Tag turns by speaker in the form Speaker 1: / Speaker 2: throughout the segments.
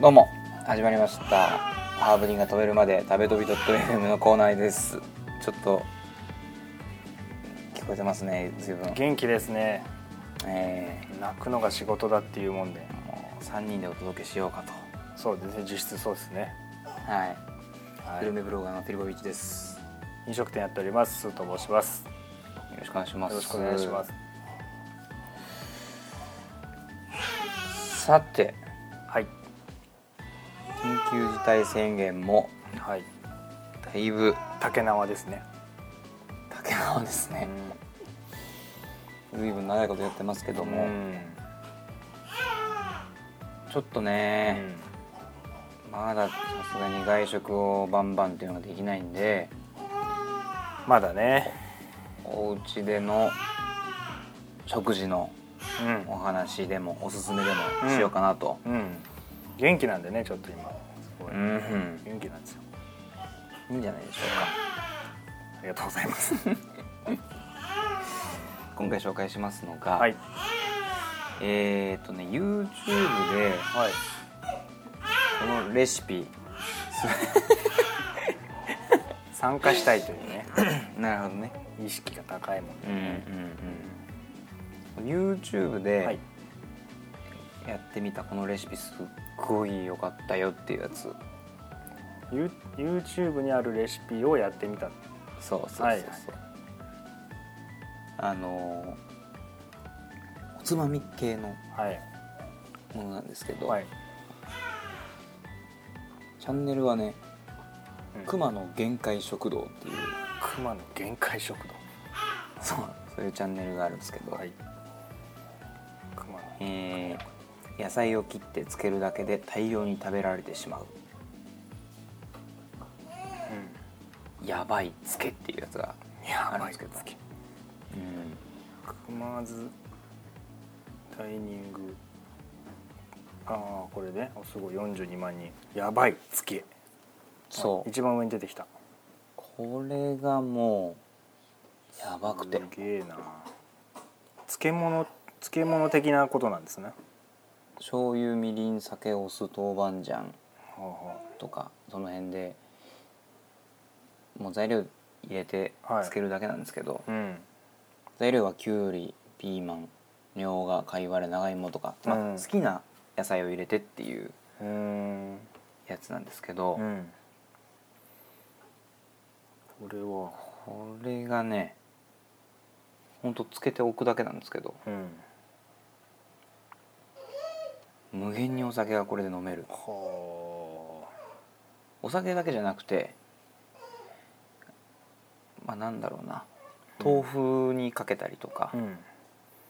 Speaker 1: どうも始まりましたハーブリンが飛べるまで食べ飛び .fm のコーナーですちょっと聞こえてますね随分
Speaker 2: 元気ですね
Speaker 1: え
Speaker 2: 泣くのが仕事だっていうもんで
Speaker 1: ー、もう3人でお届けしようかと
Speaker 2: そうですね実質そうですね、
Speaker 1: はい、
Speaker 2: は
Speaker 1: グル
Speaker 2: い、
Speaker 1: メブロガーのピルボビッチですよ
Speaker 2: 飲食店やっておりますスーと申しますよ
Speaker 1: ろしくお願いします
Speaker 2: ろしくお願いします
Speaker 1: さて
Speaker 2: はい
Speaker 1: 緊急事態宣言も
Speaker 2: はい
Speaker 1: だいぶ
Speaker 2: 竹縄ですね、
Speaker 1: 竹縄ですね随分長いことやってますけど
Speaker 2: うん
Speaker 1: も、ちょっとね、まださすがに外食をバンバンっていうのができないんで
Speaker 2: まだね
Speaker 1: お家での食事の
Speaker 2: うん
Speaker 1: お話でもおすすめでもしようかなと、
Speaker 2: うん元気なんでねちょっと今すごい、
Speaker 1: うんうん
Speaker 2: 元気なんですよ
Speaker 1: いいんじゃないでしょ
Speaker 2: ありがとうございま す
Speaker 1: うか今回紹介しますのが、
Speaker 2: はい
Speaker 1: えーっとね YouTube で
Speaker 2: はい
Speaker 1: このレシピ
Speaker 2: 参加したいというね
Speaker 1: なるほどね
Speaker 2: 意識が高いもんで
Speaker 1: うん
Speaker 2: ね、
Speaker 1: うんうん YouTube
Speaker 2: は
Speaker 1: で
Speaker 2: い
Speaker 1: やってみたこのレシピすっごい良かったよっていうやつ
Speaker 2: ユ YouTube にあるレシピをやってみた
Speaker 1: そうそうそうそう、
Speaker 2: はいはい
Speaker 1: あのーおつまみ系の
Speaker 2: はい
Speaker 1: ものなんですけど、
Speaker 2: はい、
Speaker 1: チャンネルはね
Speaker 2: う
Speaker 1: 「
Speaker 2: ん
Speaker 1: 熊の限界食堂」っていう
Speaker 2: 熊の限界食
Speaker 1: そうそういうチャンネルがあるんですけど、
Speaker 2: 堂はい熊の
Speaker 1: えー野菜を切って漬けるだけで大量に食べられてしまう「やばい漬け」っていうやつが
Speaker 2: うんや
Speaker 1: あるん
Speaker 2: ば
Speaker 1: で
Speaker 2: い
Speaker 1: すけど
Speaker 2: つけ
Speaker 1: うん
Speaker 2: 熊津ダイニングああこれねおすごい42万人やばいつけ
Speaker 1: そう
Speaker 2: 一番上に出てきた
Speaker 1: これがもうやばくて
Speaker 2: すげえな漬物漬物的なことなんですね
Speaker 1: 醤油みりん酒お酢豆板醤
Speaker 2: は
Speaker 1: とかその辺でもう材料入れて
Speaker 2: はい
Speaker 1: つけるだけなんですけど、
Speaker 2: あはあうん
Speaker 1: 材料はきゅうりピーマンみょうがかいわれ長芋とか、まあ
Speaker 2: うん
Speaker 1: 好きな野菜を入れてっていう
Speaker 2: うーん
Speaker 1: やつなんですけど、
Speaker 2: うんこれは
Speaker 1: これがねほんとつけておくだけなんですけど
Speaker 2: うん
Speaker 1: 無限にお酒がこれで飲める
Speaker 2: は
Speaker 1: お酒だけじゃなくてまあなんだろうな豆腐にかけたりとか、
Speaker 2: あうん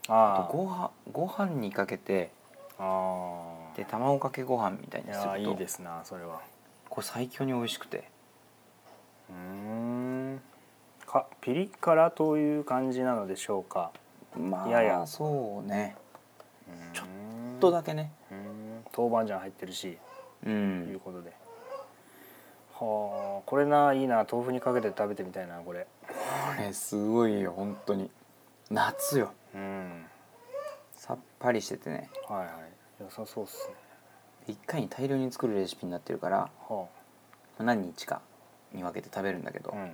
Speaker 1: あ
Speaker 2: あ
Speaker 1: とごはご飯にかけて
Speaker 2: あああ
Speaker 1: で卵かけご飯みたい
Speaker 2: い
Speaker 1: にすると
Speaker 2: やーいいですなそれは
Speaker 1: これ最強に美味しくて
Speaker 2: うーんかピリ辛という感じなのでしょうか
Speaker 1: まあ
Speaker 2: いやいや
Speaker 1: そうね
Speaker 2: ちょっ
Speaker 1: ちょっとだけね
Speaker 2: 豆板醤入ってるし、
Speaker 1: う
Speaker 2: いうんことではあこれないいな豆腐にかけて食べてみたいなこれ
Speaker 1: これすごいよ本当に夏よ
Speaker 2: うん
Speaker 1: さっぱりしててね
Speaker 2: はいはい良さそうっすね
Speaker 1: 一回に大量に作るレシピになってるから
Speaker 2: は
Speaker 1: 何日かに分けて食べるんだけど、
Speaker 2: あうん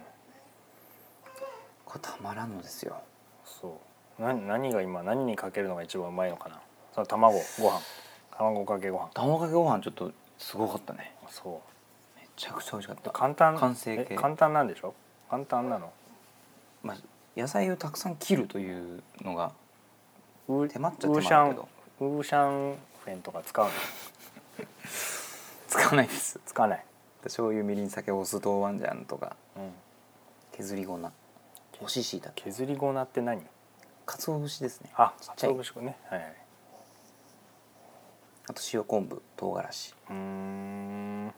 Speaker 1: これたまらんのですよ
Speaker 2: そうな何が今何にかけるのが一番うまいのかなその卵ご飯卵かけご飯
Speaker 1: 卵かけご飯ちょっとすごかったね
Speaker 2: そう
Speaker 1: めちゃくちゃ美味しかった
Speaker 2: 簡単
Speaker 1: 完成
Speaker 2: え
Speaker 1: 形
Speaker 2: 簡単なんでしょ簡単なの
Speaker 1: まあ、野菜をたくさん切るというのが
Speaker 2: ウ
Speaker 1: 手間っちゃ手
Speaker 2: ウ
Speaker 1: 間
Speaker 2: ーシャ
Speaker 1: だ
Speaker 2: ン
Speaker 1: けど
Speaker 2: ウーシャンフェンとか使うの
Speaker 1: 使わないです
Speaker 2: 使わない、
Speaker 1: 醤油みりん酒お酢豆板醤とか
Speaker 2: うん、
Speaker 1: 削りごな干し椎茸
Speaker 2: 削り粉って何
Speaker 1: かつお節ですね
Speaker 2: あ
Speaker 1: ちっちゃい
Speaker 2: 鰹節粉ねはいはい
Speaker 1: あと塩昆布唐辛子
Speaker 2: うーん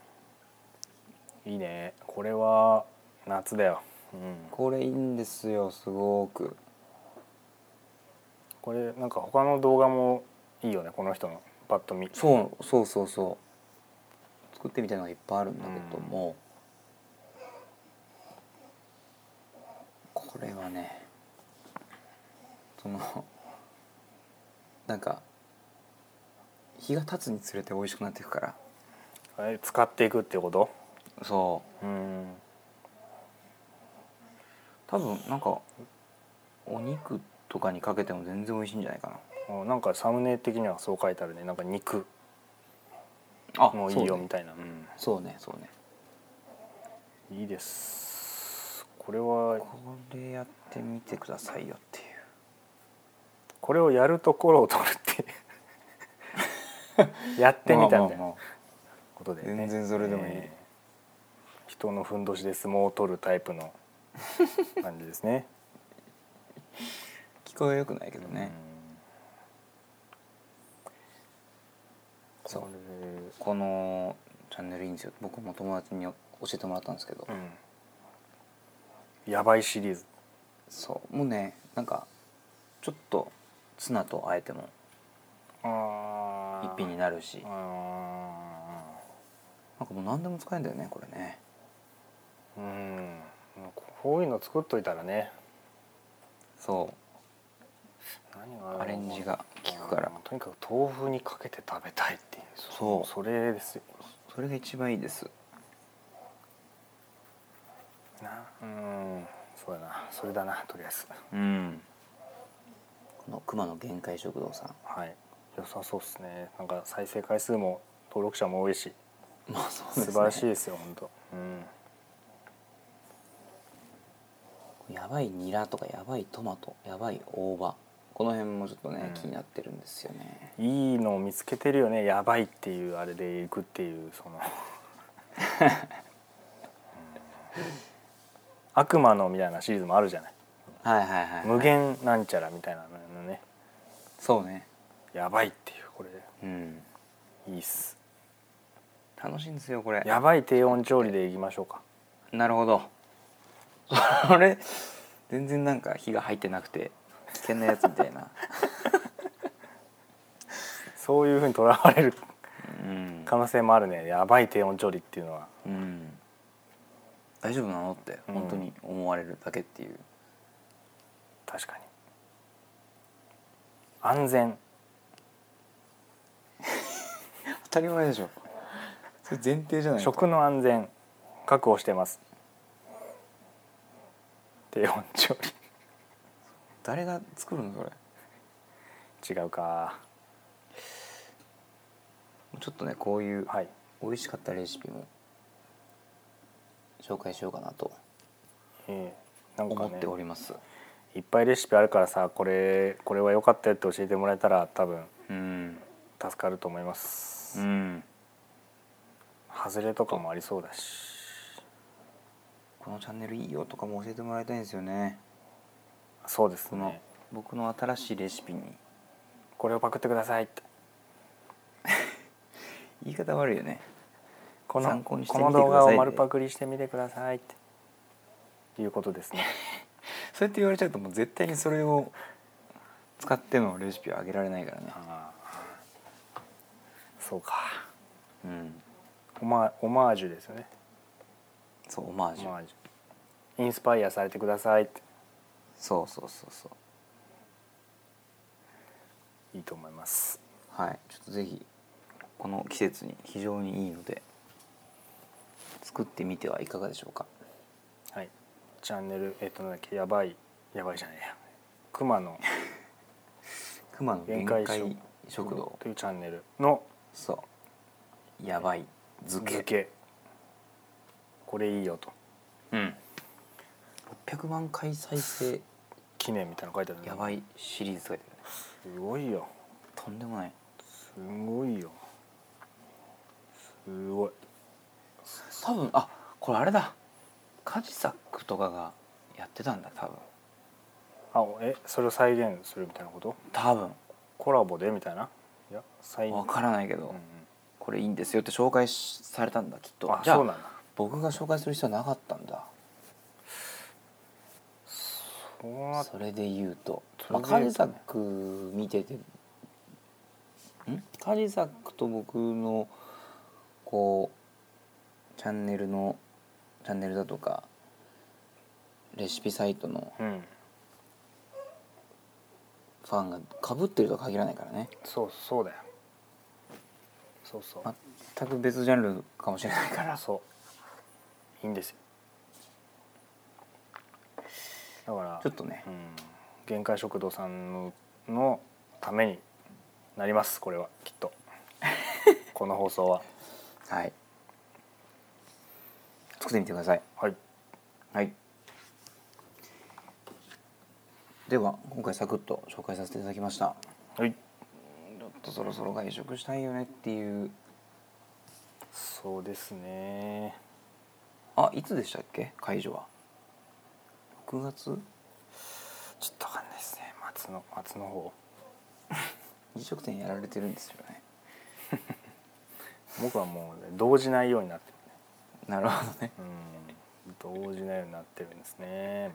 Speaker 2: いいねこれは夏だよ、うん、
Speaker 1: これいいんですよすごく
Speaker 2: これなんか他の動画もいいよねこの人のパッと見
Speaker 1: そうそうそうそう作ってみたいのがいっぱいあるんだけども、これはねそのなんか日が経つにつれて美味しくなっていくから
Speaker 2: うえ使っていくってこと
Speaker 1: そ
Speaker 2: うん
Speaker 1: う多分なんかお肉とかにかけても全然美味しいんじゃないか
Speaker 2: あなんかサムネ的にはそう書いてあるねなんか肉
Speaker 1: なあ
Speaker 2: もういいよみたいな、
Speaker 1: そうねそうね
Speaker 2: うんいいですこれは
Speaker 1: これやってみてくださいよっていう
Speaker 2: これをやるところを取るって いうやってみたみたい
Speaker 1: まあまあま
Speaker 2: な
Speaker 1: あ
Speaker 2: ことで、ね、
Speaker 1: 全然それでもいい
Speaker 2: えー人のふんどしで相撲を取るタイ プの感じですね
Speaker 1: 聞こえよくないけどね、
Speaker 2: うん
Speaker 1: そう
Speaker 2: こ
Speaker 1: このチャンネルいいんですよ僕も友達に教えてもらったんですけど、
Speaker 2: れうんやばいシリーズ
Speaker 1: そうもうねなんかちょっとツナとあえても
Speaker 2: あ
Speaker 1: 一品になるしなん
Speaker 2: あ
Speaker 1: かもう何でも使えるんだよねこれね
Speaker 2: ーうんこういうの作っといたらね
Speaker 1: そ
Speaker 2: 何
Speaker 1: う
Speaker 2: が
Speaker 1: アレンジが効くから
Speaker 2: うんとにかく豆腐にかけて食べたいっていう
Speaker 1: そう
Speaker 2: それですよ
Speaker 1: それが一番いいです
Speaker 2: なうんそうだなそれだなとりあえず
Speaker 1: うんこの熊野限界食堂さん
Speaker 2: はい良さそうですねなんか再生回数も登録者も多いし
Speaker 1: まあそう
Speaker 2: 素晴らしいですよ本当うん
Speaker 1: やばいニラとかやばいトマトやばい大葉この辺もちょっとね、
Speaker 2: うん
Speaker 1: 気になってるんですよね
Speaker 2: いいのを見つけてるよねやばいっていうあれでいくっていうそのうん悪魔のみたいなシリーズもあるじゃない
Speaker 1: はいはいはい
Speaker 2: 無限なんちゃらみたいなのね
Speaker 1: そうね
Speaker 2: やばいっていうこれ
Speaker 1: うん
Speaker 2: いいっす
Speaker 1: 楽しいんですよこれ
Speaker 2: やばい低温調理でいきましょうか
Speaker 1: なるほど あれ全然なんか火が入ってなくて危険なやつみたいな
Speaker 2: そういうふうにとらわれる
Speaker 1: うん
Speaker 2: 可能性もあるねやばい低温調理っていうのは
Speaker 1: うん大丈夫なのって
Speaker 2: うん
Speaker 1: 本当に思われるだけっていう、
Speaker 2: 確かに安全
Speaker 1: 当たり前でしょそれ前提じゃない
Speaker 2: 食の安全確保してます低温調
Speaker 1: 誰が作るのそれ
Speaker 2: 理違うか
Speaker 1: ちょっとねこういう
Speaker 2: はい
Speaker 1: 美味しかったレシピも紹介しようかなと
Speaker 2: ええなん
Speaker 1: 思
Speaker 2: か
Speaker 1: ってお
Speaker 2: ね
Speaker 1: ります、
Speaker 2: いっぱいレシピあるからさこれこれは良かったよって教えてもらえたら多分
Speaker 1: うん
Speaker 2: 助かると思います、
Speaker 1: うん
Speaker 2: 外れとかもありそうだし
Speaker 1: このチャンネルいいよとかも教えてもらいたいんですよね
Speaker 2: そうです
Speaker 1: その
Speaker 2: ね
Speaker 1: 僕の新しいレシピに
Speaker 2: これをパクってくださいって
Speaker 1: 言い方悪いよね
Speaker 2: この
Speaker 1: 参考にして
Speaker 2: こ
Speaker 1: みて
Speaker 2: の
Speaker 1: ください
Speaker 2: 動画を丸パクリしてみてくださいっていうことですね
Speaker 1: そうやって言われちゃうともう絶対にそれを使ってのレシピはあげられないからね
Speaker 2: ああそうか
Speaker 1: うん
Speaker 2: オマオマージュですよね
Speaker 1: そうオマー
Speaker 2: オ
Speaker 1: ジュ、
Speaker 2: マージュインスパイアされてくださいって
Speaker 1: そうそうそうそう
Speaker 2: いいと思います
Speaker 1: はいちょっとぜひこの季節に非常にいいので作ってみてはいかがでしょうか
Speaker 2: はいチャンネルえっとなんだっけやばいやばいじゃないや熊の
Speaker 1: 熊野限界食堂
Speaker 2: というチャンネルの
Speaker 1: そうやばい漬け
Speaker 2: 漬けこれいいよと
Speaker 1: うん600万回再生
Speaker 2: 記念みたいなの書いてあるね
Speaker 1: やばいシリーズとか言ってる
Speaker 2: すごいよ
Speaker 1: とんでもない
Speaker 2: すごいよすごい
Speaker 1: 多分あこれあれだカジサックとかがやってたんだ多分
Speaker 2: あえそれを再現するみたいなこと
Speaker 1: 多分
Speaker 2: コラボでみたいないや再
Speaker 1: わからないけど、
Speaker 2: うんうん
Speaker 1: これいいんですよって紹介しされたんだきっと
Speaker 2: あ
Speaker 1: じゃ
Speaker 2: そうなん
Speaker 1: あ
Speaker 2: だ
Speaker 1: 僕が紹介する必要はなかったんだ
Speaker 2: そうなっ
Speaker 1: それで言うと、
Speaker 2: そ
Speaker 1: まあ、
Speaker 2: れ
Speaker 1: カ
Speaker 2: で
Speaker 1: ジサック見ててんカジサックと僕のこうチャンネルのチャンネルだとかレシピサイトの
Speaker 2: うん
Speaker 1: ファンがかぶってるとは限らないからね
Speaker 2: そうそうだよそうそう
Speaker 1: 全く別ジャンルかもしれないから
Speaker 2: そういいんですよだから
Speaker 1: ちょっとね
Speaker 2: うん、限界食堂さんののためになりますこれはきっ とこの放送は
Speaker 1: はい作ってみてください
Speaker 2: はい
Speaker 1: はいでは今回サクッと紹介させていただきました
Speaker 2: はい
Speaker 1: ちょっとそろそろ外食したいよねっていう
Speaker 2: そうですね
Speaker 1: あいつでしたっけ解除は6月
Speaker 2: ちょっとわかんないですね松の松の方
Speaker 1: 飲食店やられてるんですよね
Speaker 2: 僕はもうね、動じないようになって
Speaker 1: なるほどね
Speaker 2: るうん動じないようになってるんですねも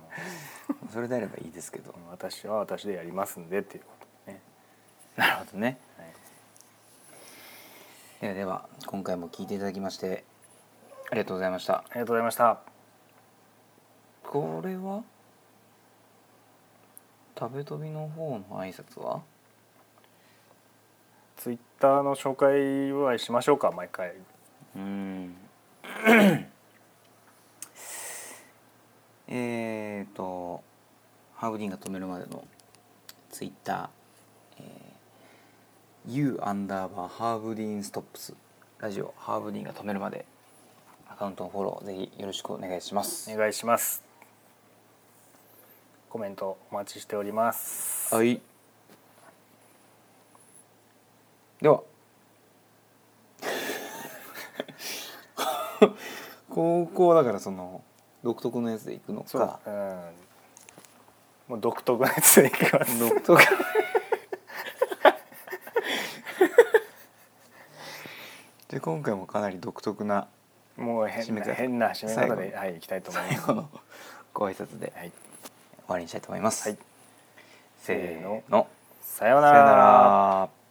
Speaker 1: それであればいいですけど
Speaker 2: う私は私でやりますんでっていうことね、
Speaker 1: なるほどねで
Speaker 2: はい、
Speaker 1: はでは今回も聞いていただきましてありがとうございました
Speaker 2: ありがとうございました
Speaker 1: これは食べ飛びの方の挨拶は
Speaker 2: ツイッターの紹介はしましょうか毎回
Speaker 1: うーんえっとハーブディーンが止めるまでのツイッター、えー、U アンダーバーハーブディーンストップスラジオハーブディーンが止めるまでアカウントのフォローぜひよろしくお願いします
Speaker 2: お願いしますコメントお待ちしております
Speaker 1: はいで は高校だからその独特のやつでいくのか
Speaker 2: そううんもう独特なやつでいきます
Speaker 1: 独特 で今回もかなり独特な
Speaker 2: もう
Speaker 1: 締
Speaker 2: 変
Speaker 1: め
Speaker 2: な
Speaker 1: 方
Speaker 2: 変な締め
Speaker 1: 最
Speaker 2: 方
Speaker 1: 後
Speaker 2: ではいいきたいと思い
Speaker 1: 最
Speaker 2: ます
Speaker 1: 後のご挨拶で
Speaker 2: は
Speaker 1: 終
Speaker 2: い
Speaker 1: わりにしたいと思います、
Speaker 2: はい
Speaker 1: せーの
Speaker 2: さよう
Speaker 1: さよな
Speaker 2: なら
Speaker 1: ら